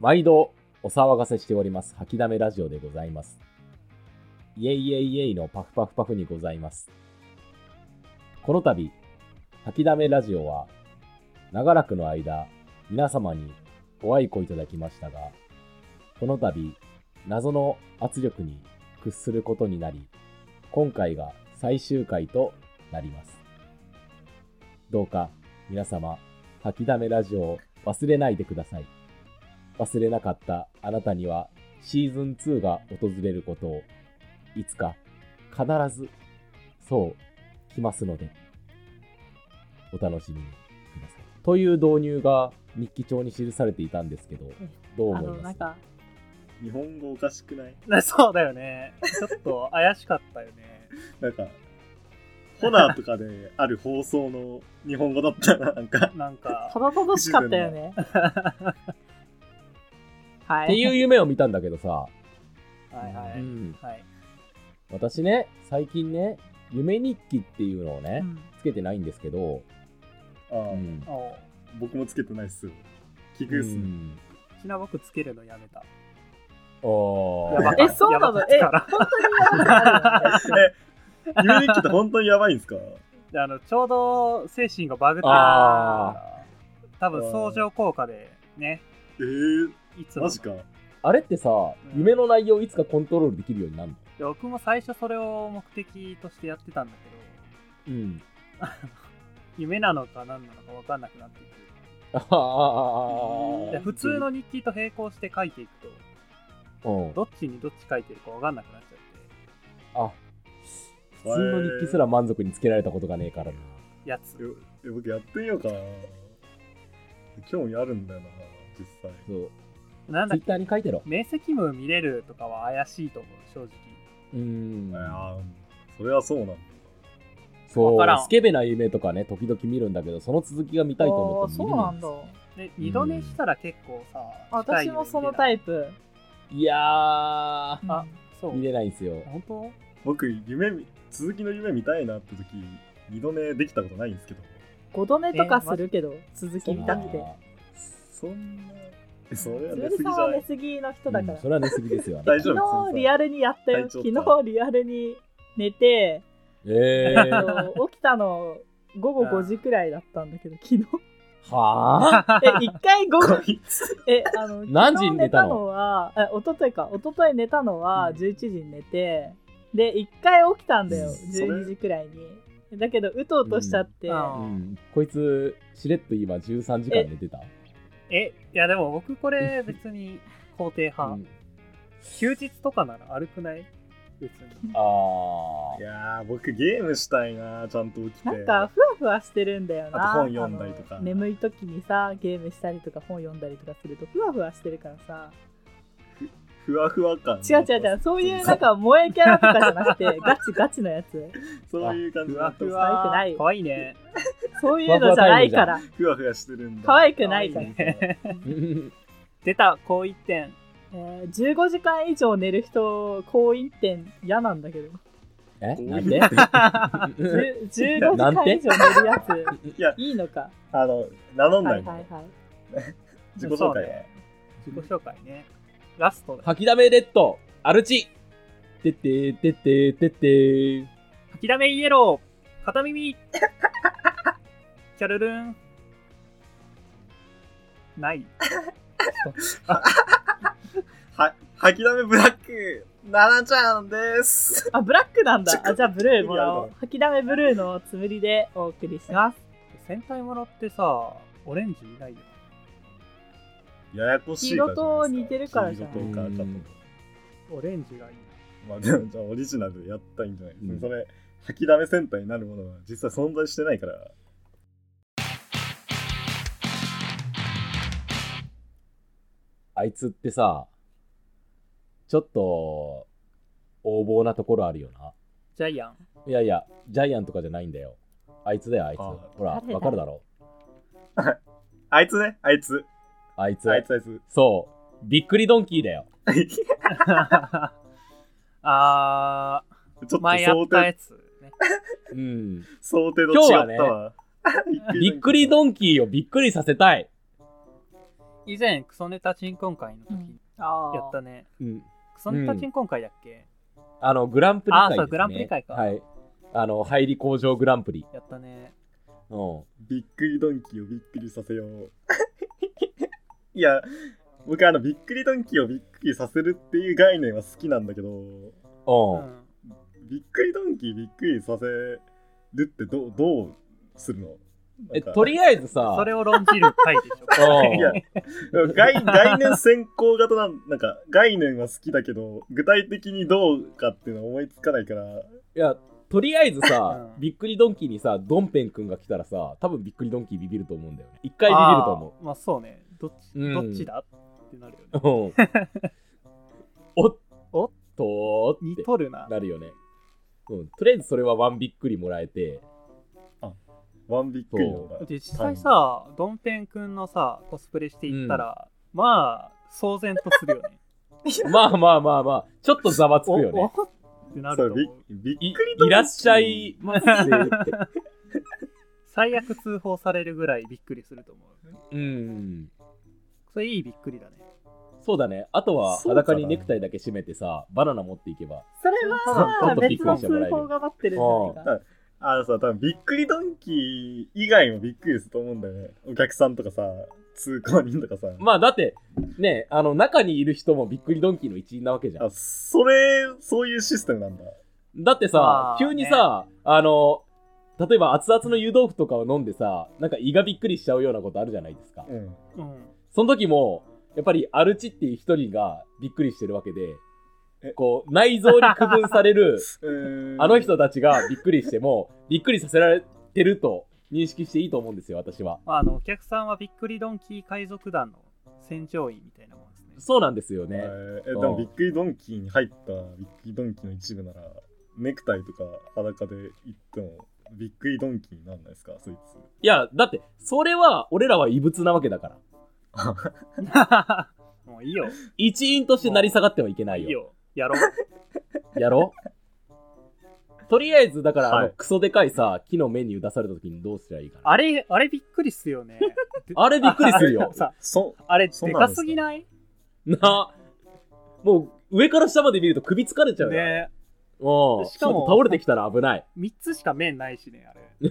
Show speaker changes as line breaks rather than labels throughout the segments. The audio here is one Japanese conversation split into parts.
毎度お騒がせしております、吐きだめラジオでございます。イェイイェイイェイのパフパフパフにございます。この度、吐きだめラジオは、長らくの間、皆様にご愛顧いただきましたが、この度、謎の圧力に屈することになり、今回が最終回となります。どうか皆様、吐きだめラジオを忘れないでください。忘れなかったあなたにはシーズン2が訪れることを、いつか必ず、そう、来ますので、お楽しみにください。という導入が日記帳に記されていたんですけど、どう
あ
思
の
いま
なん
すか
か
日本語おかしくない
なそうだよね。 ちょっと怪しかったよね。
なんか、ホラーとかである放送の日本語だったら、なんか、
なんか
た、だただしかったよ ねは
っ
い
ていう夢を見たんだけどさ、
はいは
う
い。
ん
はい、
私ね、最近ね、夢日記っていうのをね、
うん
つけてないんですけど、
あー
うん
おう
僕もつけてないっす。聞くっす
う
ね。
ん
うちな僕つけるのやめた。
あー
やば
えそうなの
やばかっ
え
たから
本当にやばかったよね
え、夢日記って本当にやばいんすか
であのちょうど精神がバグってた
あ
から多分相乗効果でね、
えー、
いつもの
マジか。
あれってさ、
ん
夢の内容いつかコントロールできるようになるの
で僕も最初それを目的としてやってたんだけど、
うん。
夢なのか何なのか分かんなくなってく
あーあーあーあー
る。で普通の日記と並行して書いていくと、
うん
どっちにどっち書いてるか分かんなくなっちゃっ
あ普通の日記すら満足につけられたことがねえからな。
て、やつ。
え、え僕やってみようかな。興味あるんだよな、実際。
そう。
なんだ
ツ
っ
イッターに書いてろ。
明晰夢見れるとかは怪しいと思う、正直。
うーん。
あーそれはそうなんだ。
そ
わから
う。
ん
スケベな夢とかね、時々見るんだけど、その続きが見たいと思っても見れ
あー
ないんです
そうなんだ
で、二度寝したら結構さ、
私もそのタ
イ
イプ
いやー、
あそう。
見れないんですよ。
本当
僕、夢見、続きの夢見たいなって時、二度寝できたことないんですけど。
5度目とかするけど続き見たく
あ
て
ー
そんな、えそれは
つぶ
寝
り
すぎじ
さん
ゃ
は
な
寝
い。
すぎの人だか
う
ら
んそれは寝すぎですよ。あ れ
大丈夫
昨日リアルにやったよ
大丈
昨
夫か
日リアルに寝て
え
あ
ー。
の起きたの午後5時くらいだったんだけど 昨日
は あ
え一回午後
こいつ
えあの
何時に
昨日
寝たの
はえ一昨日か一昨日寝たのは
うん
11時に寝て、で一回起きたんだよ
うん
それ
12時くらいにだけどうとうとしちゃって、
うんあ
うん、こいつ、しれっと今13時間寝てた。
え、いやでも僕これ別に肯定
う
派。
ん
休日とかなら悪くない別に。
あ
いやー、僕ゲームしたいな、ちゃんと起きて。
なんかふわふわしてるんだよな
あと本読んだりとか
あの眠い時にさゲームしたりとか本読んだりとかするとふわふわしてるからさ
ふわふわ感。
違う違う違うそういうなんか萌えキャラとかじゃなくてガチガチのやつ
そういう感じ
ふ
に
わ
なって
ふ
ます
わ。
可愛くない
かわいいね。
そういうのじゃないから
ふわふわしてるんだ。
可愛くない
可
か
愛
ら
い、
ね。
ー。 うん
出た、高一点。
えー15時間以上寝る人高一点嫌なんだけど
え
こう
なんで
じゅ15時
なん
間
て
以上寝るや
いや
ついいのか
あの、名乗ん
は
ないいの、
はいはい
自己紹
そう
介
ね自己紹介ね。ラストだ。
吐きだめレッド、アルチ。てってーてってーてってー。
諦めイエロー片耳 キャルルンない。
は。は、吐きだめブラック、ななちゃんです。
あブラックなんだあじゃあブルーもら
意味あ
お
る
う吐きだめブルーのつむりでお送りします
戦隊ものってさ、オレンジいないよ。
ややこしい感
黄色
じじゃないですか。
と似てるからじゃない
黄色とか、ちょっと。
オレンジがいい。
まあでも、じゃあオリジナルでやったらいいんじゃない、
うん
それ、吐きだめ戦隊になるものは実際存在してないから。
あいつってさ、ちょっと、横暴なところあるよな。
ジャイアン。
いやいや、ジャイアンとかじゃないんだよ。あいつだよ、あいつ。
あ
ほら、
誰だ
わかるだろ。
あいつね、あいつ。
あいつ。
あいつ、あいつ。
そう。びっくりドンキーだよ。
あ
ちょ
ー、
っと
前や
想
ったや
定、
つ、ね。
うん。
想定と違
今日は
っ
ね
たわ。
びっくりドンキーをびっくりさせたい。
以前、クソネタ鎮魂会の時、
ああ。
やったね。
うん。
クソネタ鎮魂会だっけ、
あの、グランプリ会です、ね。
あそうグランプリ会か
はい。あの、入り工場グランプリ。
やったね。
うん。
びっくりドンキーをびっくりさせよう。 いや、僕あの、びっくりドンキーをびっくりさせるっていう概念は好きなんだけど、
う
うん。
ん。
びっくりドンキーびっくりさせるってどう、どうするの
え、
なんか
とりあえずさ、
それを論じる会でしょ。
うん
いや、概概念先行型なん、なんか、概念は好きだけど、具体的にどうかっていうのは思いつかないから、
いや、とりあえずさ、
うん
びっくりドンキーにさ、ドンペンくんが来たらさ、多分びっくりドンキービビると思うんだよね。一回ビビると思
あーまあそうね。どっち、
うん
どっちだってなるよね。
う。うん。おっ
おっ
とー
似
って
とるな。
なるよね。うん。とりあえずそれはワンびっくりもらえて、
ワンびっくりなんだ。
で実際さ、ドンペンくんのさ、コスプレしていったら、まあ、騒然とするよね。
まあまあまあまあ、ちょっとざ わつく
お
よ
お
ね。
ってな
そう
ると
び
思う
びっく
い
り
い
ドンキー
らっしゃいませ って。
最悪通報されるぐらいびっくりすると思う。
うん。
それいいびっくりだね。
そうだね。あとは
そうかな
裸にネクタイだけ締めてさ、バナナ持っていけば。
それは
ちょっとびっ
別
くり
の
してもらえ
通
る
報が待ってるんじゃないか。
あのさ、多分びっくりドンキー以外もびっくりすると思うんだよね。お客さんとかさ、通行人とかさ。
まあだって、ね、あの、中にいる人もびっくりドンキーの一員なわけじゃん
あ、。それ、そういうシステムなんだ。
だってさ
ま、あ
急にさ、あの、例えば熱々の湯豆腐とかを飲んでさ、なんか胃がびっくりしちゃうようなことあるじゃないですか。
うん。
うん。
その時も、やっぱりアルチっていう一人がびっくりしてるわけで、こう、内臓に区分され るあの人たちがびっくりしても、びっくりさせられてると認識していいと思うんですよ、私は。
まあ、あの、お客さんはびっくりドンキー海賊団の戦場員みたいなもんですね。
そうなんですよね。
えーえでもびっくりドンキーに入ったびっくりドンキーの一部なら、ネクタイとか裸で行っても、びっくりドンキーになんないですか、そいつ。
いや、だって、それは俺らは異物なわけだから。
もういいよ。
一員として成り下がってはいけない
い
よ。
いよ。やろう。
やろとりあえず、だから、
はい
あの、クソでかいさ、木のメニュー出された時にどうすりゃいいかな。
あれ、あれびっくりっすよね。。
あれびっくりするよ
さ、
そ
あれ、
そう
で
なん
か
ですか
すぎない
な、もう、上から下まで見ると首疲れちゃうよ。
ね
うん。
しかも
ちょっと倒れてきたら危ない。
3つしか面ないしね、あれ。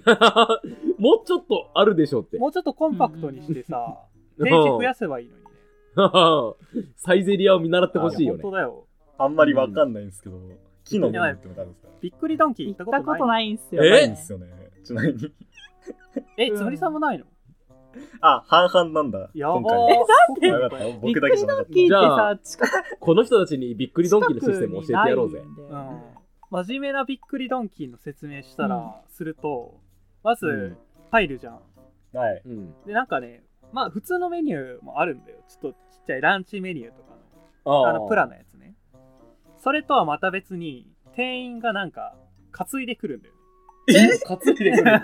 もうちょっとあるでしょって。
もうちょっとコンパクトにしてさ、ページ増やせばいいのにね。
うん サイゼリアを見習ってほしいよね
本。当だよ。
う、あんまりわかんないんですけど、木のメニューってのがあるんですか
びっくりドンキー行
行
っ
ったた
こ
ことと
ない。
ないんすよ。
よね
ない
え
んですよね。ちなみに。
え、つむりさんもないの
あ、半々なんだ。
やばー
今回。
え
わかったよ
びっ
僕
く
だけ
り
じゃな
ド
かっ
ン
た
キーって
じゃ
さ
あ、
近く
この人たちにびっくりドンキーのシステムを教えてやろうぜ。
近くに
う
ないんだよ
ん
ね。
真面目なびっくりドンキーの説明したら、
うん
すると、ま
うん
ず入るじゃん。
はい。
うん。
で、なんかね、まあ普通のメニューもあるんだよ。ちょっとちっちゃいランチメニューとか
あ
の、
ー
あのプラのやつね。それとはまた別に、店員がなんか担いでくるんだよ。
担いでくる。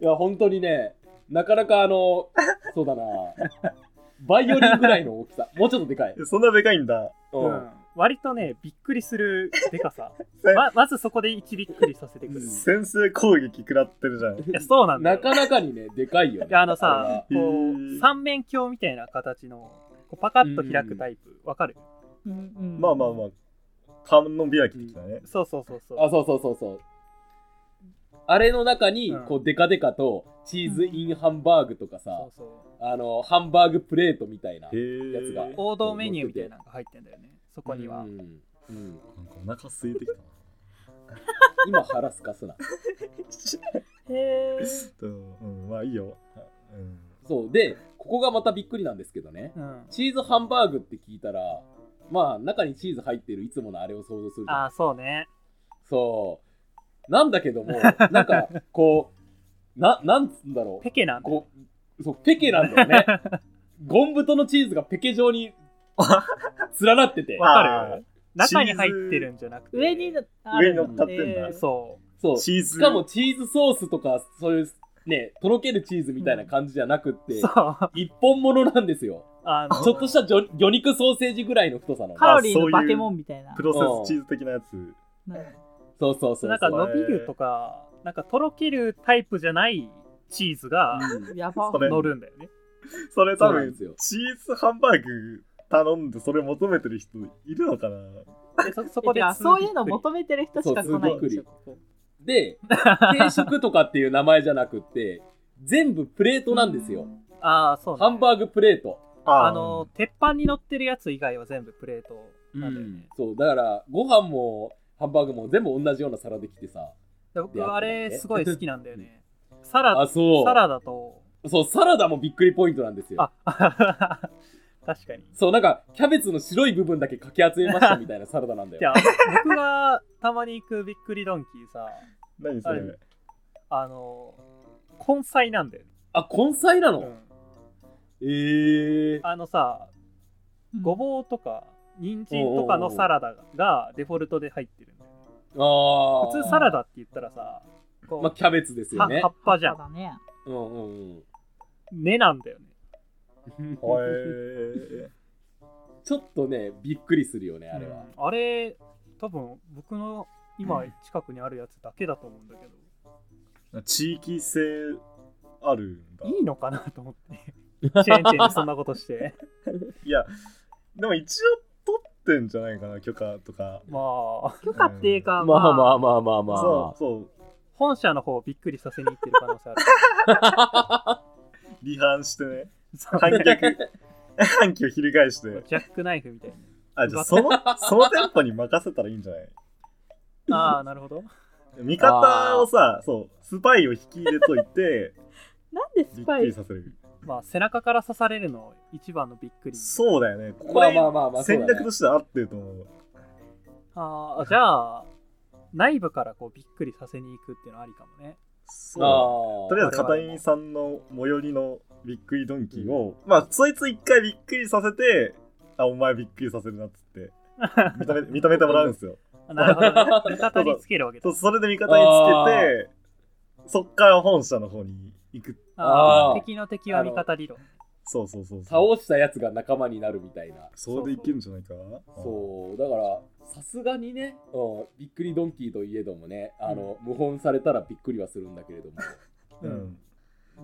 いや、本当にね、なかなかあの、そうだな、バイオリンぐらいの大きさ。もうちょっとでかい。
そんなでかいんだ。
うん
うん割とね、びっくりするで かさ。
せ
ままずそこで一びっくりさせてくる。
うん
い
先制攻撃食らってるじゃん。
や、そうなんだ
な
よ。
かなかにね、でかいよね。
いやあのさ、
れは
こ
へ
う
ー
三面鏡みたいな形のこうパカッと開くタイプ、わかる
うんうん
まあまあまあ、観音開き 的なね。
そうそうそうそう。
あ、そうそうそうそう。あれの中に
うん、
こう、デカデカと、チーズインハンバーグとか
そ
さ
う、そう
あの、ハンバーグプレートみたいな。
へえ。
やつが
なんか
王道メニューみたいなのが入ってんだよね、そこには。
うんうん
お腹空いてきたな。
今、腹すかすな。
へー
うんうん、まあいいよ。うん
そう。で、ここがまたびっくりなんですけどね。
うん
チーズハンバーグって聞いたら、まあ、中にチーズ入ってるいつものあれを想像するじゃん
ああ、そうね。
そう。なんだけども、 なんか、こう、な、なんつうんだろ
ペケなん
う。
だよ
こう、そう、ペケなんだよね。ゴン太のチーズがペケ状 に連なってて。
わかる
あー
中に入ってるんじゃなくて。
上にあ
上
る
に乗
の
っかってんだ
えー
そう。
そう。
チ
し
ーズ。
かもチーズソースとか、そういう、ね、とろけるチーズみたいな感じじゃなくって、
そう。
一本物なんですよ。
あの、
ちょっとした魚魚肉ソーセージぐらいの太さの。
カロリーのバケモンみたいな
プ。ロセスチーズ的なやつ。
なんか
そうそうそうそう。
なんか伸びるとか、なんかとろけるタイプじゃないチーズが
うん
やば
そ。れ
乗るんだよね。
それ多
そうなん
分
ですよ
チーズハンバーグ頼んでそれ求めてる人いるのかな
でそそこ
い
で
や
通
そういうの
びっく
求めてる人しか来ないんですよ。ここ
で、定食とかっていう名前じゃなくって、全部プレートなんですよ。
りああそうね
ハンバーグプレート。
あ
あの鉄板に乗ってるやつ以外は全部プレートなんだよね、
そう、だから、ご飯もハンバーグも全部同じような皿できてさ。出
で
会った
僕
ん
あ
だよね
れすごい好きなんだよねサ ラ
あ、そう。
サラダと
そう、サラダもびっくりポイントなんですよ。
あ 確かに
そう、なんか、キャベツの白い部分だけかき集めましたみたいなサラダなんだ
じゃ
よ。
あ僕がたまに行くびっくりドンキーさ
何それ
あれあの根菜なんだよね、
あ、根菜なの、
うん
ええー。
あのさごぼうとか人参とかのサラダがデフォルトで入ってるんだよ
ああ。
普通サラダって言ったらさこう、
まあ、キャベツですよね
は葉。っぱじゃん
だね。
うんうん
根なんだよね
うん。
へえ
ちょっとね、びっくりするよね、あれは。
うんあれ多分僕の今近くにあるやつだけだと思うんだけど、
地域性あるんだ
いいのかなと思ってチェーン店でそんなことして
いやでも一応取ってんじゃないかな許可とか
まあ
許可っていうか、
まあま
あ、
あまあまあまあ、ま
そうそう
本社の方をびっくりさせに行ってる可能性ある
離反してね
そう
反逆 反旗を翻して
ジャックナイフみたい
あじゃあそ のその店舗に任せたらいいんじゃない
なああなるほど
味方をさそうスパイを引き入れとい て
なんで
び
ス
っ
パ
くり
イ
させる
まあ背中から刺されるの一番のびっくり
そうだよねここ
まあ
れ
まあまあまあ、そう
戦
だ
略
ね
としては合ってると思う
ああじゃあ内部からこうびっくりさせに行くっていうのありかもね
そう
あ
とりあえず
我々
片
も
井さんの最寄りのびっくりドンキーを、まあそいつ一回びっくりさせてあお前びっくりさせるなっつ って認め認めてもらうんですよ
なるほど、 ね、味方につけるわけ
そ
だ
うそれで味方につけてそっから本社の方に行く
あ
あ
ー
あ敵の敵は味方理論
そうそうそう
倒
そう
したやつが仲間になるみたいな。
それでいけるんじゃないか
そう、だから、さすがにね、うん、びっくりドンキーといえどもね、あの、無本されたらびっくりはするんだけれども。
う、
うん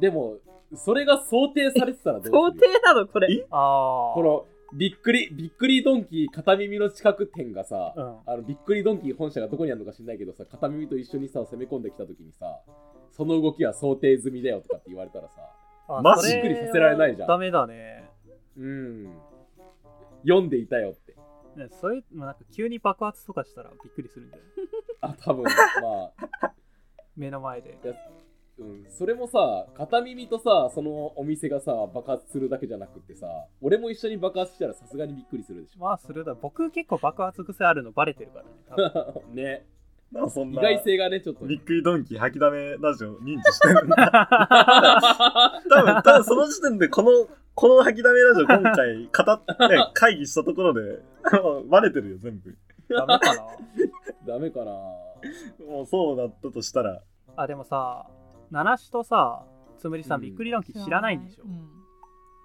でも、それが想定されてたらどうする
想定なのこれ。
え
ああ
この、びっくり、びっくりドンキー片耳の近く店がさ、
うん
あのびっくりドンキー本社がどこにあるのか知んないけどさ片耳と一緒にさ攻め込んできた時にさその動きは想定済みだよとかって言われたらさ
あ
マジ
それ
びっくりさせられないじゃん
ダメだね。
うん読んでいたよって
ねそういう、まあ、なんか急に爆発とかしたらびっくりするんじゃな
あ
い
多分まあ、
目の前で。
うん、それもさ片耳とさそのお店がさ爆発するだけじゃなくってさ俺も一緒に爆発したらさすがにびっくりするでしょ
まあ、するだ。僕結構爆発癖あるのバレてるからね 多分。
ね
なんかそん
意
な
外性がねちょっとね
びっくりドンキー吐きだめラジオ認知してるんだ多分多分その時点でこのこの吐きだめラジオ今回語って、ね、会議したところで バレてるよ全部
ダメかな
ダメかな
もうそうだったとしたら、
あ、でもさ、七種とさ、つむりさ
うん
ん、びっくりドンキー知らないんでしょ。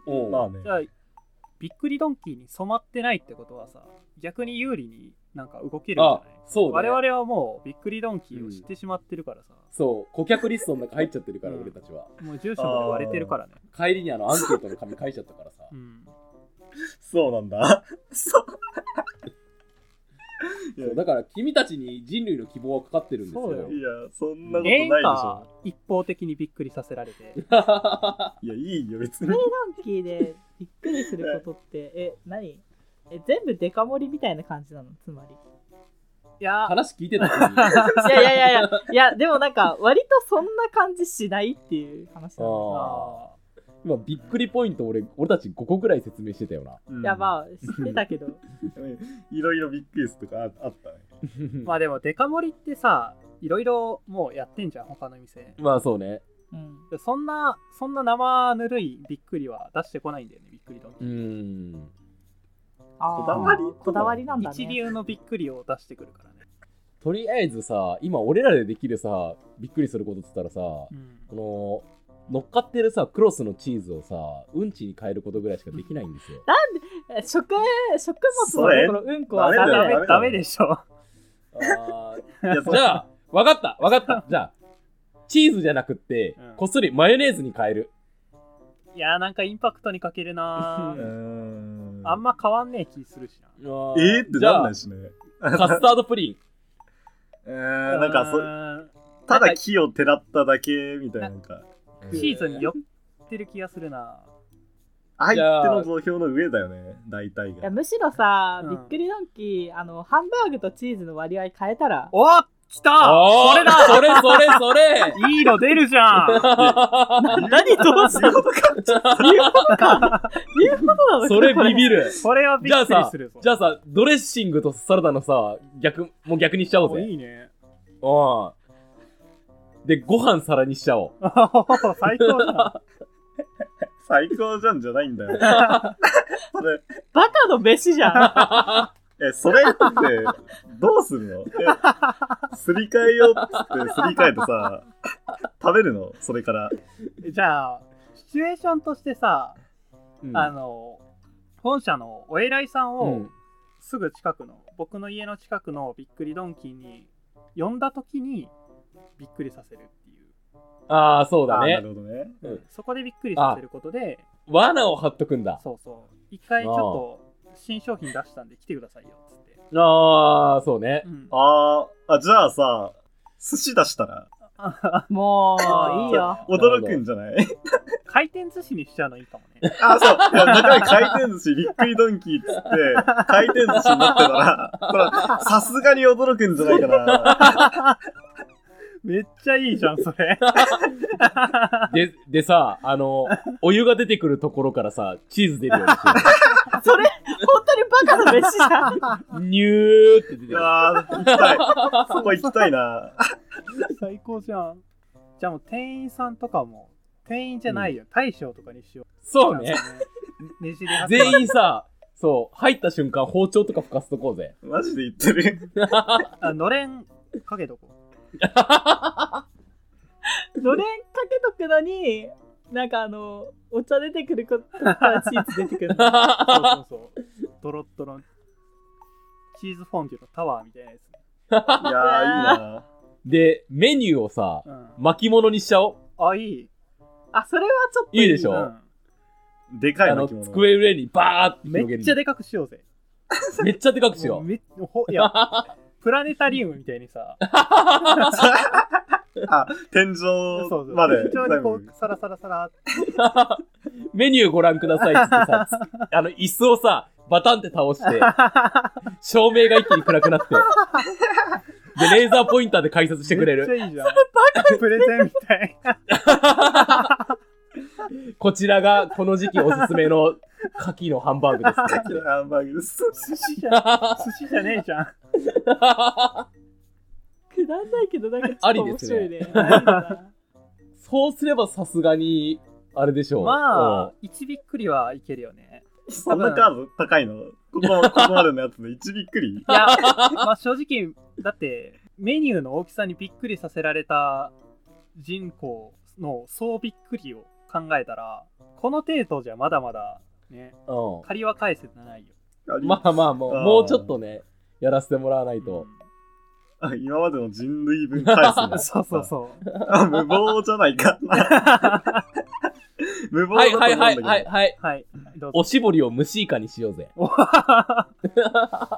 うん
うん
まあね
じ。ゃあ、びっくりドンキーに染まってないってことはさ、逆に有利になんか動けるんじゃ
あ
ない
そうね
我々はもうびっくりドンキーを知ってしまってるからさ、
そう顧客リストの中入っちゃってるから、
うん
俺たちは
もう住所まで割れてるからね。
帰りにあのアンケートの紙書いちゃったからさ
うん。
そうなんだ。 そう。いや
そう、だから君たちに人類の希望はかかってるんです
そうだ
よ
よ。
いや、そんなことない
ええ
でし
か
ょ。
一方的にびっくりさせられて
いや、いいよ、別
プ
に
レ。ドンキーでびっくりすることって、え、何え、全部デカ盛りみたいな感じなのつまり。
いや
話聞いてた君
いやいやいやいや、いや、でもなんか、割とそんな感じしないっていう話なの。
あ
今びっくりポイント俺俺たち5個ぐらい説明してたよな
うん
いや、まあ、知ってたけど。
いろいろびっくりするとかああったね。
まあでもデカ盛りってさいろいろもうやってんじゃん他の店
まあそうね
うん。
そんなそんな生ぬるいびっくりは出してこないんだよねびっくりドンキ
うーん
あー
こだわり
こだわりなんだ、ね。
一流のびっくりを出してくるからね、
とりあえずさ今俺らでできるさびっくりすることっつったらさこ
うん、
の乗っかってるさクロスのチーズをさうんちに変えることぐらいしかできないんですよ
え食食物のところうんこはダメ
それ
だ
ダ
よ
メダメでしょ
あ
い や、
ー
そ
じゃあわかったわかったじゃあチーズじゃなくって
うん
こっそりマヨネーズに変える
いやーなんかインパクトに欠けるな
う
ー
ん
あんま変わんねえ気するしな
えー
えーって
じゃ
なん
あ
ないしね。
カスタードプリン。
えー、なんかそ、
う
ただ木をてらっただけみたいな、なんか、
ーんシーズンに寄ってる気がするな
相手
じゃあ
の土俵の上だよね、大体
いや
が。
むしろさ、
うん
びっくりドンキーあのハンバーグとチーズの割合変えたら
おっ来た
おー
これだ
それそれそ れ
いいの出るじゃ ん
何どうする言うことなのか
それビ
る
ビる。
これはび
じゃ
っ
あ
くり
さ
するぞ、
じゃあさ、ドレッシングとサラダのさ、逆、もう逆にしちゃおう
お
ぜ。
いいね
うん。で、ご飯皿にしちゃおう。
最高だな
最高じゃんじゃないんだよ。それ、
バカの飯じゃん
え、それって、どうするのえすり替えようっつって、すり替えてさ、食べるのそれから。
じゃあシチュエーションとしてさ、
うん
あの本社のお偉いさん
う
を
ん
すぐ近くの、僕の家の近くのびっくりドンキーに呼んだ時にびっくりさせるっていう
ああ、そうだ
あーな
ね。
るほどね。
うん
そこでびっくりさせることで
罠を張っとくんだ。
そうそう一回ちょっと新商品出したんで来てくださいよっつって、
ああ、そうね
う。ん、
あーあ、じゃあさ、寿司出したら、
もういいよ
驚くんじゃない
回転寿司にしちゃうのいいかもね
あ、そう。いやだから回転寿司、びっくりドンキーっつって、回転寿司になってたら、そらさすがに驚くんじゃないかな。
めっちゃいいじゃんそれ
で、でさ、あの、お湯が出てくるところからさ、チーズ出るようにし よ
それ本当にバカの飯じゃん
う。ニューって出てく
い
る。
やー行きたい。そこ行きたいな。
最高じゃんじゃあもう店員さんとかも店員じゃないよ、大将とかにしよう
そうね。
ねじり発
全員さ、そう、入った瞬間包丁とか吹かすとこうぜ。
マジで言ってる。
あのれんかけとこう
のれんかけとくのになんかあのお茶出てくることからチーズ出てく るの
そうそうそうドロッドロのチーズフォンデュのタワーみたいなやつ、
いやー、いいな。
で、メニューをさ、
う
巻物にしちゃおう。
ん、あいい
あそれはちょっと
いいでしょ
うん
でかい
あ
な、
の、
着物。
机上にバーって広
め
げ
っ
る
ちゃ。でかくしようぜ
めっちゃでかくしよ
も
う
う。めっほいやプラネタリウムみたいにさ
あ、天井
そうそう
まで。
非常にこうサラサラサラって
メニューご覧くださいっつってさ、つあの、椅子をさ、バタンって倒 して、照明が一気に暗くなって、で、レーザーポインターで解 説してくれ
め
る。
っちゃいいじゃんプレゼンみたい
こちらがこの時期おすすめの牡蠣のハンバーグ です、ね。
ハンバーグです。
寿 司じゃん寿司じゃねえじゃん
くだんないけどなんかちょ
あ
っと
りで
面
す
白
ね
いねありだな
そうすればさすがに、あれでしょう。
まあ一びっくりはいけるよね
そんなカード高いのここ、ここまでのやつで1びっくり
いやまあ正直だってメニューの大きさにびっくりさせられた人口の総びっくりを考えたらこの程度じゃまだまだね
うん、うん
借りは返せてないよ、
まあまあ、もう、
あー
もうちょっとね、やらせてもらわないと。
あ今までの人類分返す
うん
の。
そうそうそう
あ 無謀じゃないか。無謀
は
だ
い
と
はい
思
はい
うん
は
だけ
い
ど。
はい。
はいどうぞ
おしぼりを蒸しイカにしようぜ。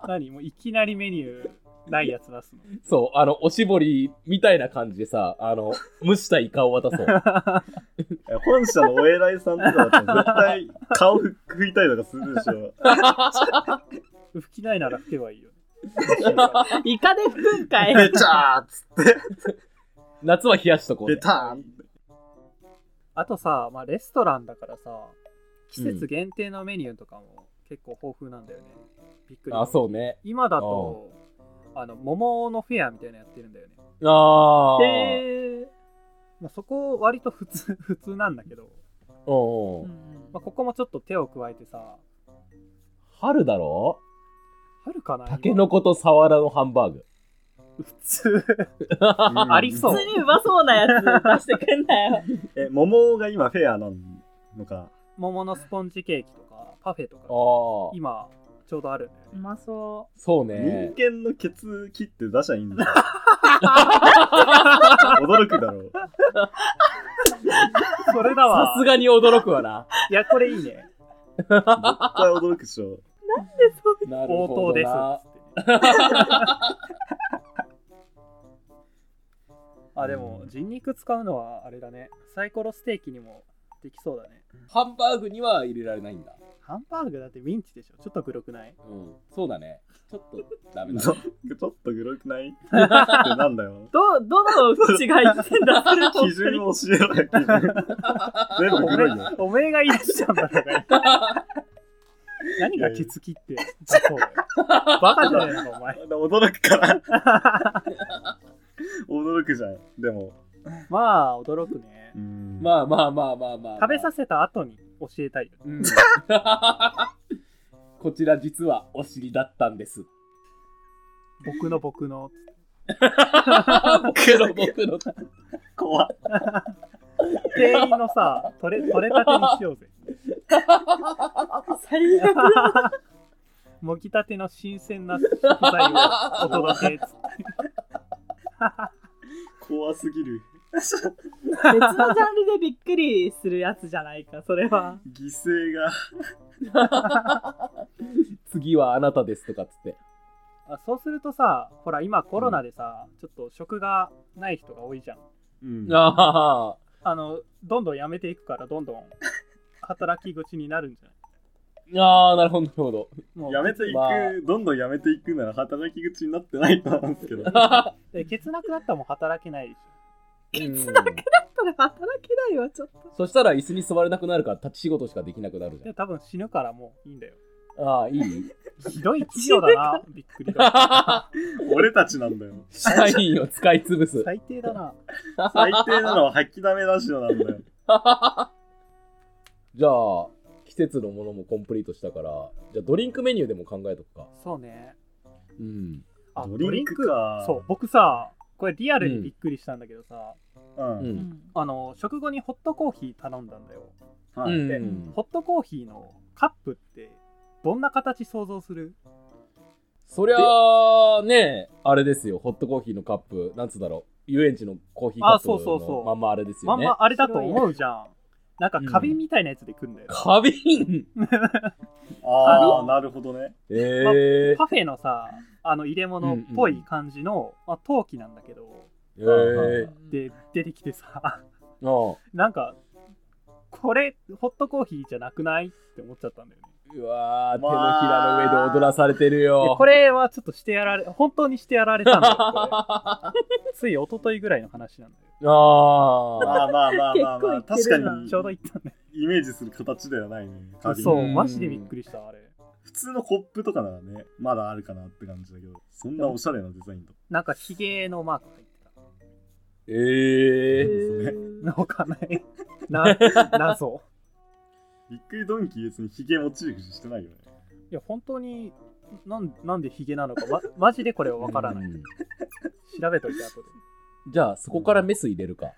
何もういきなりメニューないやつ出すの
そう、あの、おしぼりみたいな感じでさ、あの、蒸したイカを渡 そう。
本社のお偉いさんとかだったら絶対顔ふ拭いたりとかするでしょ。
拭きないなら拭けばいいよ
イカで吹くんかい
べちゃーっつって、
夏は冷やしとこう
べ
ぜ。
たーんって。
あとさ、まあ、レストランだからさ季節限定のメニューとかも結構豊富なんだよね、びっくり
あ、そうね。
今だとあの桃のフェアみたいなのやってるんだよね、
ああ。
へー
まあ、そこ割と普通 普通なんだけど、
おうお
う
うん
まあ、ここもちょっと手を加えてさ
春だろ
春かな今
タケノコとサワラのハンバーグ。
普通
うん
ありそう
普通にうまそうなやつ出してくんなよ
え、桃が今フェアなのか。
桃のスポンジケーキとかパフェとか
ああ。
今ちょうどあるんだよ
う
ね
まそ
そう
人
ね。
間のケツ切って出しゃいいんだよ。驚くだろう。
それだわ
さ。すがに驚くわな。
いや、これいいね。
対驚くでしょ。
なる
応
ほ
答
ど
です
な。。
あ、でも、人肉使うのはあれだね。サイコロステーキにもできそうだね。
ハンバーグには入れられないんだ。
ハンバーグだってミンチでしょ。ちょっとグロくない
うん。そうだね。ちょっとダメだ
ちょ
ね。
ちょっとグロくないってなんだよ。
ど、どの口が言ってんだ、それ本
基
当
準
に。
を教えろよ、基準。全部
お
グ
め
ロいよ。
おめえが言い出したんだから。何がケツキって。そうバカじゃねえのか、お前。
驚くから。驚くじゃん。でも。
まあ、驚くね。
まあまあまあまあまあ。
食べさせた後に教えたいよ。
うん。 こちら実はお尻だったん です。
僕の僕の。
僕の僕の。
怖い。
店員のさ、取れ、取れたてにしようぜ。
最悪
もぎたての新鮮な食材をお届けっつって。
怖すぎる。
別のジャンルでびっくりするやつじゃないか、それは。
犠牲が。
次はあなたですとかっつって。
あそうするとさ、ほら、今コロナでさ、ちょっと食がない人が多いじゃん。
うん
ああ。
あの、どんどんやめていくから、どんどん働き口になるんじゃない
ああ、なるほど、なるほ ど。
もう
やめていく、
まあ
どんどんやめていくなら働き口になってないと思うんですけど。
え、ケツなくなったらもう働けないでし
それ働けないわ、ちょっと。
そしたら椅子に座れなくなるから立ち仕事しかできなくなる
ょ。
じ
で、多分死ぬからもういいんだよ。
ゃん。ああ、いい
ひどい企業 だな、びっくりだ。
俺たちなんだよ。
社員を使い潰す。
最低だな。
最低なのは吐きだめラジオなんだよ。
じゃあ、季節のものもコンプリートしたから、じゃあドリンクメニューでも考えとくか。
そうね。
うん。
あ、
ド
ド
リ
リ
ン
ン
ク
ク
か
そう、僕さ、これリアルにびっくりしたんだけどさ、
うん。
う。
うんん。
あの食後にホットコーヒー頼んだんだよ、
う
はい。
ん。
ホットコーヒーのカップってどんな形想像する
そりゃあ、ねあれですよ。ホットコーヒーのカップ、なんつうだろう。遊園地のコーヒーカップ
あそうそうそ
の
う
まんまあれです
ま
よ
ん
ね。
まあれだと思うじゃんなんか花瓶みたいなやつで来るんだよ、
花瓶
ああ、なるほどね。
ええー。
パフェのさあの入れ物っぽい感じの、まあ、陶器なんだけど
えー。
で出てきてさ
ああ
なんかこれホットコーヒーじゃなくないって思っちゃったんだよね
うわー、手の
まあ
ひらの上で踊らされてるよ
で。 これはちょっとしてやられ本当にしてやられたんだよ これつい一昨日ぐらいの話なんだよ
ああ。
まあまあまあまあ、まあ、確
結構いって
か
るな
に
ちょうど言ったんだよ
イメージする形ではないね。花瓶
そううんマジでびっくりしたあれ
普通のコップとかならね、まだあるかなって感じだけど、そんなおしゃれなデザインだ。
なんかヒゲのマーク入って
え
え
えー。
た。
ー
のかない。 な、謎。
びっくりドンキー別にヒゲモチーフにしてないよね。
いや、本当に、なんなんでヒゲなのか、ま、マジでこれはわからない。
うん
調べといて、後で。
じゃあ、そこからメス入れるか。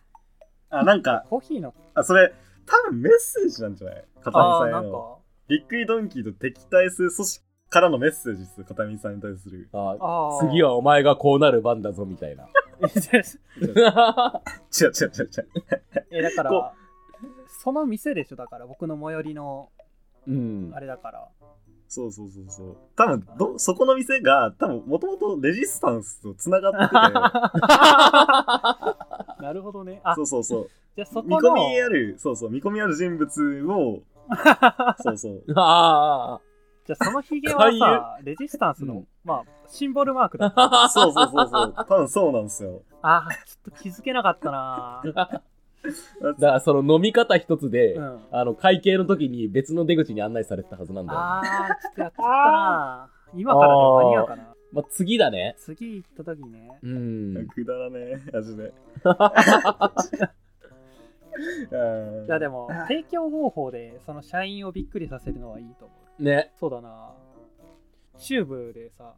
あ、なんか、
コーヒーの、
あ、それ、多分メッセージなんじゃない片見さ
ああ
ん
ー、
へ
なん
の。
か、
びっくりドンキーと敵対する組織からのメッセージですよ、片見さんに対する。
ああ
ああ。
次。はお前がこうなる番だぞみたいな。
違う違う違う違う。
え、だか
こ
ら、その店でしょ、だから、僕の最寄りの、
うん
あ。れだから。
そうそうそうそう。多分どそこの店が、多分もともとレジスタンスとつながってて、
なるほどね。 あ
そ、うそうそう。
じゃあそ
見
こ
込
の、
みある、そうそう、見込みある人物 を、そうそう。
あ
じゃあそのヒゲ
勧
はさ、レジスタンスの、
うん
まあ、シンボルマークだ。
あ。
そうそうそうそう。多分そうなんですよ。
ああ、ちょっと気づけなかった なー。
だからその飲み方一つで、
うん。
あの会計の時に別の出口に案内されてたはずなんだよ。
ああ、ちょっとやっちゃったな。今からでも間に合うかな。
まあ、次だね。
次行った時にね。
うん。
くだらねえ、味 で。
いやでも、提供方法でその社員をびっくりさせるのはいいと思う。
ね。
そうだな。チューブでさ、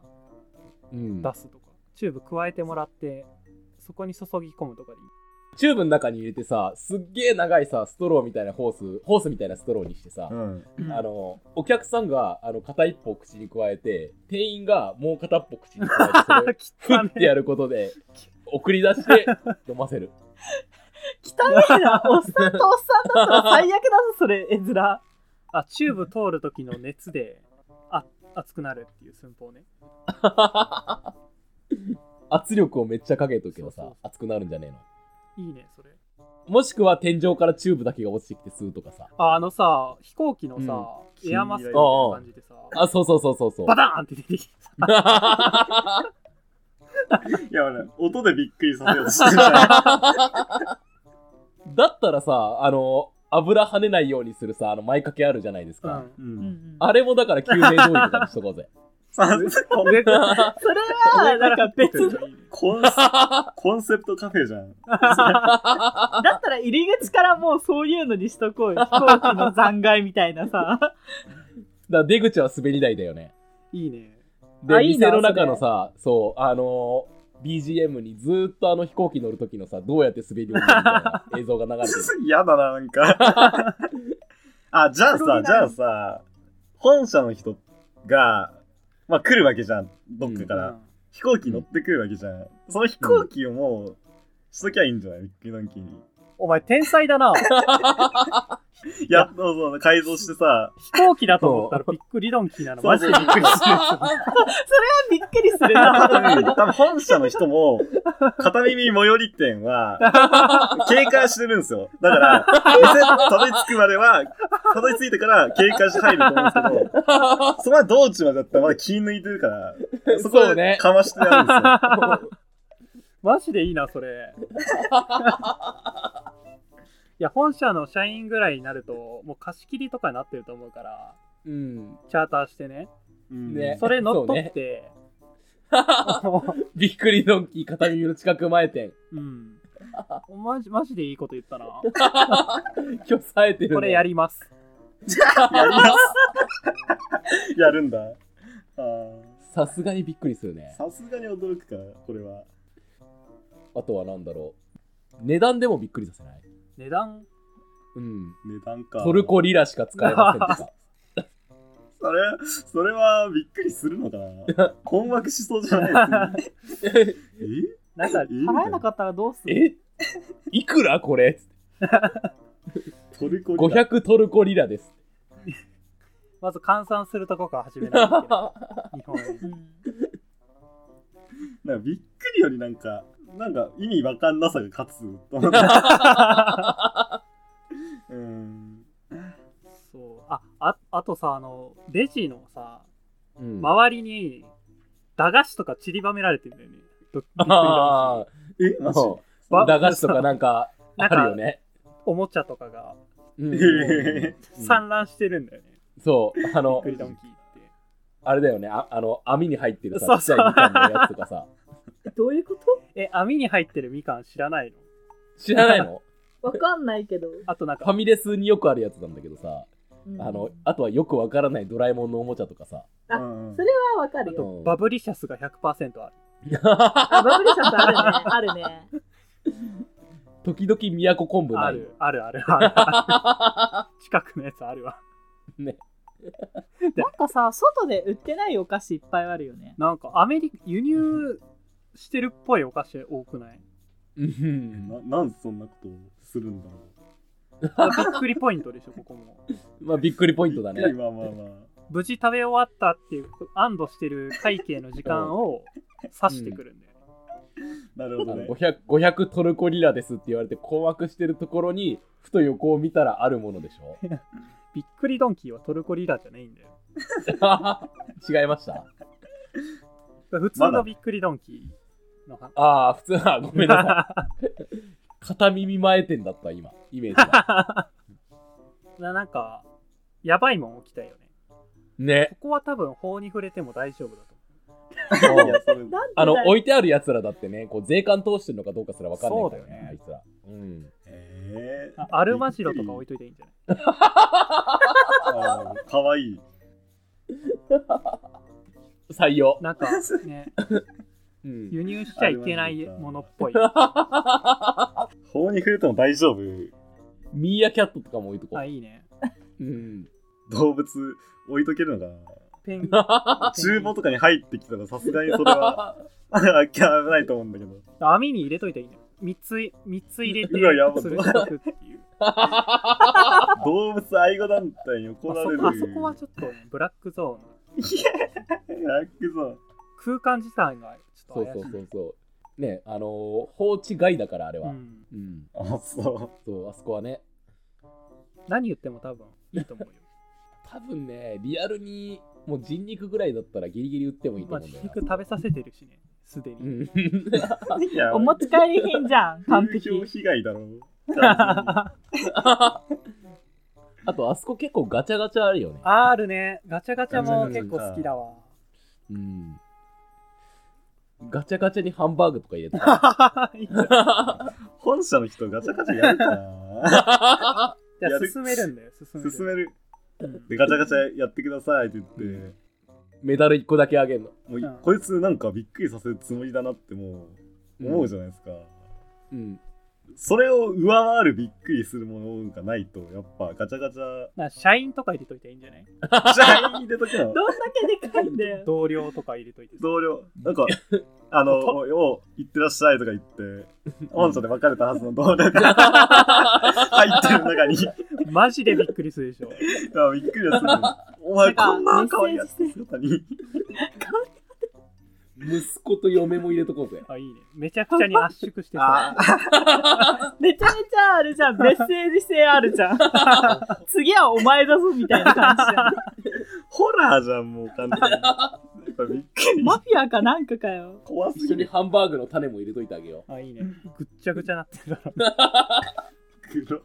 うん、
出すとか、チューブ加えてもらって、そこに注ぎ込むとかでいい。
チューブの中に入れてさ、すっげえ長いさ、ストローみたいなホース、ホースみたいなストローにしてさ
う、ん。
あの、お客さんがあの片一方口に加えて、店員がもう片っぽ口に加えてそれを、
き
ふってやることで、送り出して飲ませる。
汚いな。おっさんとおっさんだったら最悪だぞ、それ、絵面。
あ、チューブ通る時の熱で、あ、熱くなるっていう寸法ね。
圧力をめっちゃかけとけばさ
そうそう
熱くなるんじゃねえの
いいね、それ。
もしくは天井からチューブだけが落ちてきて吸うとか さ
あ、あのさ、飛行機のさ、
うん
エアマスクみたいな感じでさ、
あそうそうそうそうそう
バターンって出てきてさ、
いや、俺、音でびっくりさせようとしてた。
だったらさあの油跳ねないようにするさあの前掛けあるじゃないです
う
か、
ん。
う。
うんんうん
あれもだから宮殿通りとかにしとこうぜ
さあ、
上から
それは、なんか別の、
コンセコンセプトカフェじゃん。
だったら入り口からもうそういうのにしとこうよ。飛行機の残骸みたいなさ。
だから出口は滑り台だよね
いいね。
で
あいいな
店の中のさそうあのー BGM にずーっとあの飛行機乗る時のさどうやって滑り降りるみたいな映像が流れ てる
嫌だな、なんか。あ、じゃあさ、じゃあさ、本社の人が、まあ来るわけじゃん、どっかから。
うん
飛行機乗ってくるわけじゃん。その飛行機をもう、しときゃいいんじゃないビッグドンキーに。
お前、天才だな。
いや、そうそう、改造してさ、
飛行機だと思ったらびっくりドンキーなの、マジでびっくりするや
びっくりする
多
な。
分多分本社の人も、片耳最寄り店は、警戒してるんですよ。だから、店たどり着くまでは、たどり着いてから警戒して入ると思うんですけど、その道中までだったらまだ気抜いてるから、そこ
そう
で
ね
かましてやるんです よ。
つマジでいいな、それ。 いや、本社の社員ぐらいになると、もう貸し切りとかになってると思うから、
うん
チャーターしてね。
うん
ね
それ乗っ取って、も
びっくりドンキー片耳の近く前店
ううん。マジマジでいいこと言ったな。
今日冴えてるね
これやります。
やります。 やるんだ。あー
さすがにびっくりするね
さすがに驚くか、これは。
あとはなんだろう値段でもびっくりさせない
値段
うん
値段か。
トルコリラしか使えませんとか
それ、それはびっくりするのかな困惑しそうじゃないです ね。
なんか、
払えなかったらどうする
えいくらこれ
えトルコリラ
500トルコリラです
まず換算するとこから始めないといけない。日本円。
うん
なんかびっくりよりなんか、なんか意味わかんなさが勝つと思って。 うん。
そう。あ、ああとさ、あの、レジのさ、
うん
周りに、駄菓子とか散りばめられてるんだよね。ど
あ
え、マジ
あ
ば
駄菓子とかなんかあるよね
おもちゃとかが
うん
え
散乱してるんだよね。
そうあ
びっ
の
くりドンキーって。
あれだよねああの網に入ってるさ
そう
ち
そ
っ
う
ちゃいみかんのやつとかさ
どういうこと
え、網に入ってるみかん 知らないの
知らないの
わかんないけど。
あとなん
フ
か
ァ、ミレスによくあるやつなんだけどさ
うん
あのあとはよくわからないドラえもんのおもちゃとかさ
う
あ
ん
それはわかるよ。
うん
バブリシャスが100%ある。
あ、バブリシャスあるね。あるね。
時々宮古昆布な
あ
い
る、ある、ある、ある。近くのやつあるわ。
なんかさ、外で売ってないお菓子いっぱいあるよね。
なんか、アメリカ、輸入してるっぽいお菓子多くない
うん
ななんでそんなことをするんだろう。
びっくりポイントでしょ、ここも。
まあびっくりポイントだ
びっくり
ね
まあまあまあ。
無事食べ終わったっていう安堵してる会計の時間を指してくるんだよね。
なる
あ
ほど
の
ね。
500, 500トルコリラですって言われて困惑してるところにふと横を見たらあるものでしょ
びっくりドンキーはトルコリラじゃないんだよ。
違いました
普通のびっくりドンキーの話。
ああ普通あごめんな さい片耳前店だった今イメージが
ななんか、やばいもん起きたよね。
ね
こ こは多分法に触れても大丈夫だと
そう
いやそれ
なんでだ
あの
よ
置いてあるやつらだってねこう税関通してるのかどうかすら分かんないからねあ
そうだよね
いつらうん
え
思う。あアルマジロとか置い
いて。
といていいんじゃない
あーかわいい。
採用、
なんか ね、
うん、
輸入しちゃいけないものっぽい。
法に触れても大丈夫。
ミーアキャットとかも置いとこ
あ、
う、
いいね。
うん、
動物置いとけるのか
ペンギン。
な。厨房とかに入ってきたらさすがにそれは 危ないと思うんだけど。
網に入れといていいね。 3つ、三つ入れ て、
うわやば
つぶしておくっていう。
動物愛護団体に怒
まあ
ら
そ
れる。
あそこはちょっとね、ブラックゾーン。
ラックゾーン。
空間自体がちょ
そ
っと
う
怪しい。
そうそうそう。ね、あのー放置外だから、あれは。う。
うんん
あ、そ
そう、あそこはね、
何言っても多分いいと思うよ。
多分ね、リアルに、もう人肉ぐらいだったらギリギリ売ってもいいと
まあ、
思うんだよな
肉。食べさせてるしね、すで
うん
に。
う。いや
お持ち帰り品じゃん、完璧。
風評被害だろう。
あと、あそこ結構ガチャガチャあるよね。
あるね。ガチャガチャも結構好きだわ。
うん。ガチャガチャにハンバーグとか入れ た。
じ
本社の人ガチャガチャやるか な
ゃあ進めるんだよ、進める。
進める。
うん
で、ガチャガチャやってくださいって言って、
メダル1個だけあげるの。
もうい、
うん
こいつなんかびっくりさせるつもりだなってもう思うじゃないですか。
うん。
それを上回るびっくりするものがないと、やっぱガチャガチャ、
なんか社員とか入れといたらいいんじゃない
社員入れときの
どんだけでかいんだよ。
同僚とか入れといて。
同僚、なんか、あ の、
と
もうよう、行ってらっしゃいとか言って、本社で別れたはずの同僚 が入ってる中に、
マジでびっくりするでしょ。
あびっくりはするの。お前、こんな可愛いやつ姿に。
息子と嫁も入れとこうぜ。
あ、いいね。めちゃくちゃに圧縮してさ。
めちゃめちゃあるじゃん。メッセージ性あるじゃん。 次はお前だぞみたいな感じじゃん。
ホラーじゃん、もう完全に。やっぱびっくり。
マフィアかなんかかよ。
怖 す
一緒
ぎ
に
る。
ハンバーグの種も入れといてあげよ
あ、いいね。ぐっちゃぐちゃなってるだろう。
黒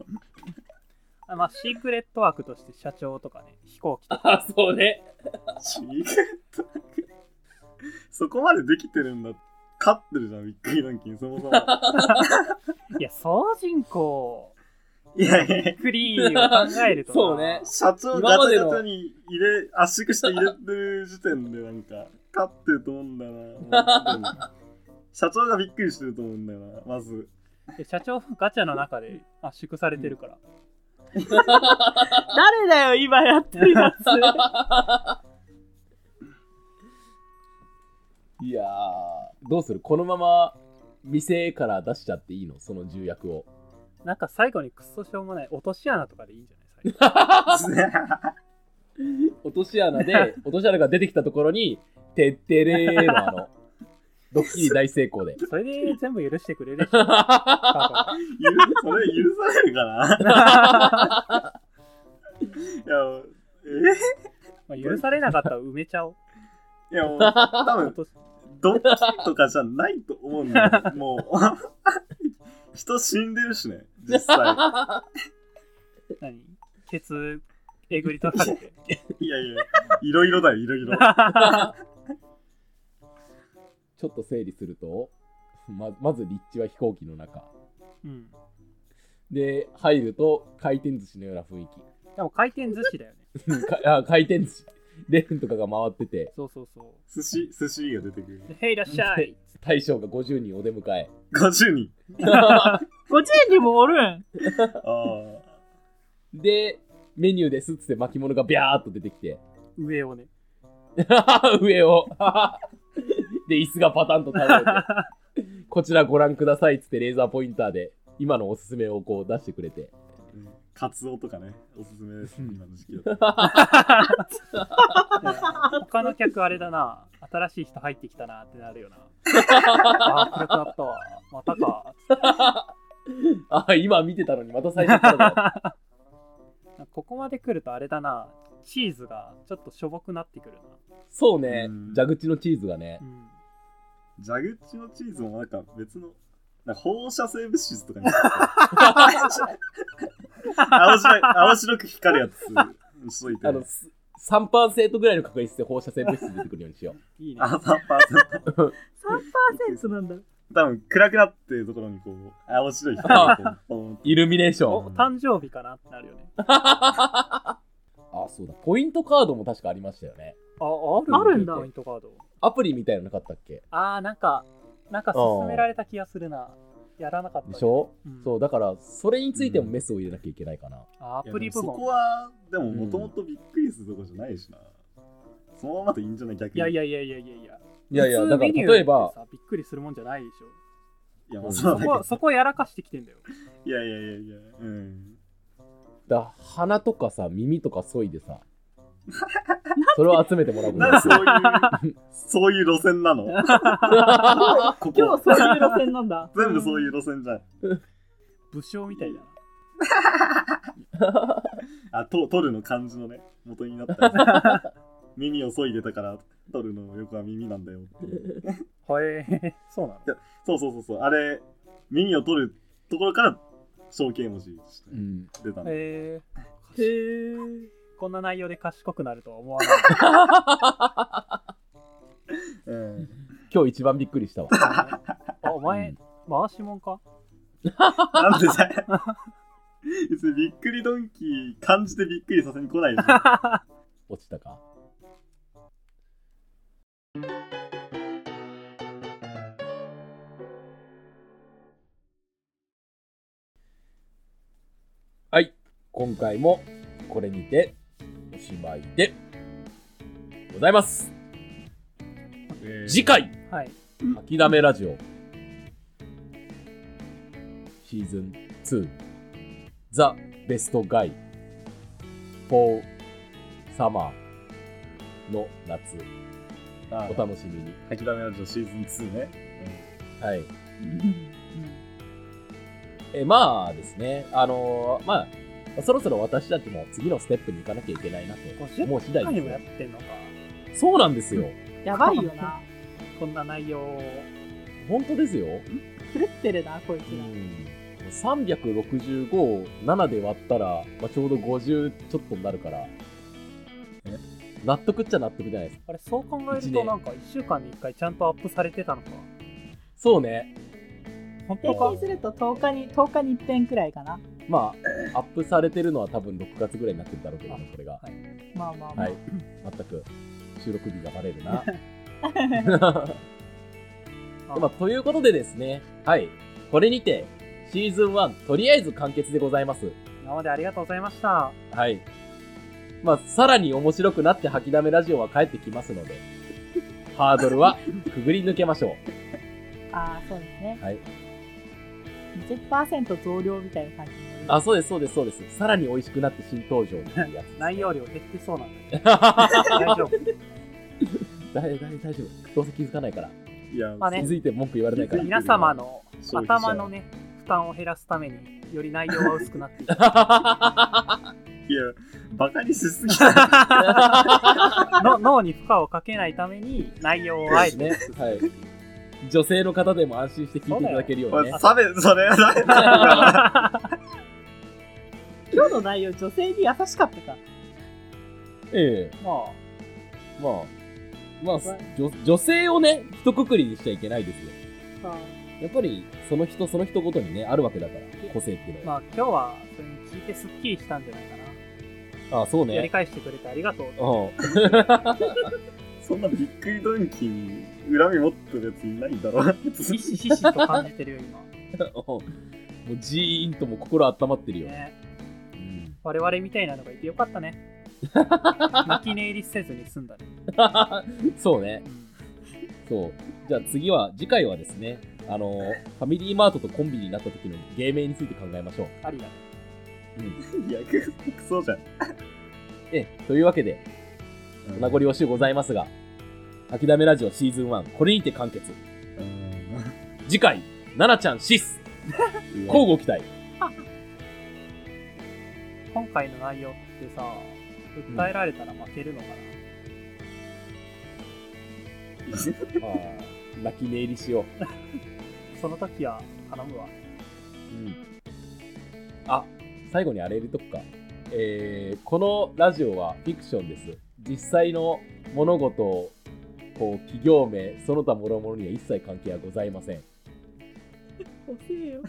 あまあ、シークレットワークとして社長とかね、飛行機
う。
とか。
あ、そうね。
シークレットワークそこまでできてるんだ。勝ってるじゃん、びっくりランキング、そもそも。
いや、総人口、
いやいやいや
クリーンを考えるとな。
そうね。
社長
今
ガ
ま
チ
で
ャ
の
ガチャに入れ圧縮して入れてる時点でなんか勝ってると思うんだよなもう社長がびっくりしてると思うんだよなま ず
で社長ガチャの中で圧縮されてるから。
誰だよ、今やってるやつ。
いやー、どうするこのまま店から出しちゃっていいのその重役を。
なんか最後にくっそしょうもない落とし穴とかでいいんじゃない最後
落とし穴 で、落とし穴が出てきたところに、てってれーのあの、ドッキリ大成功で。
それで全部許してくれるでし ょ。多
ゆるそれ許されるかな
分
い
まあ
やもうえ
許されなかったら埋めちゃおう。
いやもう多
落
分
とし
ドッキリとかじゃないと思うんだよもう 人死んでるしね実際
何ケツえぐり取られ て。
いやいやいろいろだよいろいろ
ちょっと整理すると、ままず立地は飛行機の中。
うん。
で、入ると回転寿司のような雰囲
でも回転寿司だよね。
気。 かあ回転寿司。レーンとかが回ってて、
そうそうそ
寿司寿司が出てくる
う。でへいいらっしゃい。
大将が50人お出迎え。
50人
50人もおるん。
ああ
で、メニューですっつって巻物がビャーっと出てきて、
上をね。
上を。で、椅子がパタンと倒れ て、こちらご覧くださいっつってレーザーポインターで、今のおすすめをこう出してくれて。
カツオとかねおすすめです今の時期だと
他の客あれだな。新しい人入ってきたなってなるよ な。あー、暗くなったわ。またか。
あ、今見てたのにまた最初からだ。
ここまで来るとあれだな。チーズがちょっとしょぼくなってくる
そうね
うん、
蛇口のチーズがね
な。う。ん。
蛇口のチーズもなんか別の、なんか放射性物質とかに。青白い、青白く光るやつにしといて。
あ
あ
の、す3%ぐらいの確率で放射性物質出てくるようにしよう。
いいね。
あ、3%。
3%なんだ。
多分暗くなってるところにこう、青白い光がこう、ポン
イルミネーション。
お誕生日かなってなるよね。あ、
あ、そうだ。ポイントカードも確かありましたよね。
あ
あるんだ
ポイントカード。
アプリみたいなのなかったっけ
あー、なんか、なんか勧められた気がするな。やらなかったけど。
でしょ
うん
そう、だから、それについてもメスを入れなきゃいけないかな。
あ
い
ア
や
プリ
でもそ
部
こ
門。
は、でももともとびっくりするとこじゃないしな。そのままでいいんじゃない逆に。
いやいやいやいやいやいや。
いやいや、
普
だ
通
か
メ
ら
ニュー
例えば
って、さ。びっくりするもんじゃないでしょ。
いや、
う
ま
ん
あ、
そ
そう だ
こそこやらかしてきてんだよ
いやいやいやいや、うん。
だ鼻とかさ、耳とかそいでさ、それを集めてもらうことに
なんで
な
そう いう、そういう路線なのこ
今
こ
日、そういう路線なんだ
全部そう
う
いう路線じゃん。
武将みたいだな
あ、と、取るの漢字のね、元になったやつ。耳を削いでたから、取るのよくは耳なんだよっていう。
はいそうなの
そうそうそうそう、あれ、耳を取るところから、象形文字して
うん。
出たの。
へ
へ
え
ー
こんな内容で賢くなるとは思わなかっ
うん
今日一番びっくりしたわ。
たね、あお前、
うん
回しもんか
なんでさ、別にびっくりドンキー、漢字でびっくりさせに来ないでしょ。
落ちたか。はい、今回もこれにておしまいでございます。次回
はい
吐きだめラジオシーズン2 The Best Guy for Summer の夏
あ
お楽しみに
諦めラジオシーズン2ね。
はいえまあですねあのーまあそろそろ私たちも次のステップに行かなきゃいけないなと思う次
今
第
回
です
もや
よ
ってんのか
そうなんですよ
やばいよな
こんな内容を
本当ですよ
狂ってるなこいつら
365を7で割ったら、まあ、ちょうど50ちょっとになるから
え
納得っちゃ納得じゃないですか
あれそう考える
一
と
年
なんか1週間に1回ちゃんとアップされてたのか
そうね
本当
平
か
均すると10日に10日に一遍くらいかな
まあアップされてるのは多分6月ぐらいになってるだろうけどねこれが
まあまあまあ、
はい全く収録日がバレるなま
あ
あということでですねはいこれにてシーズン1とりあえず完結でございます
今までありがとうございました
はいまあさらに面白くなって吐きだめラジオは帰ってきますのでハードルはくぐり抜けましょ
ああそうですね
うはい
20%増量みたいな感じにな
あ、
る
そうです、そうです、そうです。さらに美味しくなって新登場っていうやつです。
内容量減ってそうなん
大
で大丈夫
大大丈夫。どうせ気づかないから。
いや、
まあね
気づいて文句言われないから。
皆様の
消費者
頭のね負担を減らすためにより内容は薄くなっていく
い や、バカにしすぎた。
の脳に負荷をかけないために内容をあえ
そう
て
ですね。はい。女性の方でも安心して聞いていただけるようにね。
サベ、それ、サベ
今日の内容女性に優しかったか
ええ
ま
まあ。まあ、女女性をね、一括りにしちゃいけないですよ。
あ
やっぱり、その人その人ごとにね、あるわけだから、個性っていう
あ
のは。
まあ今日はそれに聞いてすっきりしたんじゃないかな、
ああ、そう
やり
ね。
返してくれてありがとう
うん。
そんなびっくりドンキーに恨み持ってるやついないだろ。
ひしひしと感じてるよ今、
もう、じーんともう心温まってるよ。
ね、
うん
我々みたいなのがいてよかったね 泣き寝入りせずに済んだね、
そうね
う。ん
そう。じゃあ次は、次回はですね、あのー、ファミリーマートとコンビになった時の芸名について考えましょう。
ありだね
いや、クソじゃん。
ええ、というわけで、お名残惜しゅうございますが、諦めラジオシーズン1、これにて完結。
うん
次回、ナナちゃんシス、
うわ
交互期待。
今回の内容ってさ訴えられたら負けるのかな、
あー泣き寝入りしよ
その時は頼むわ
う。うん。あ、最後にあれ入れとくか。えー、このラジオはフィクションです。実際の物事を、こう、企業名、その他諸々には一切関係はございません。
遅えよ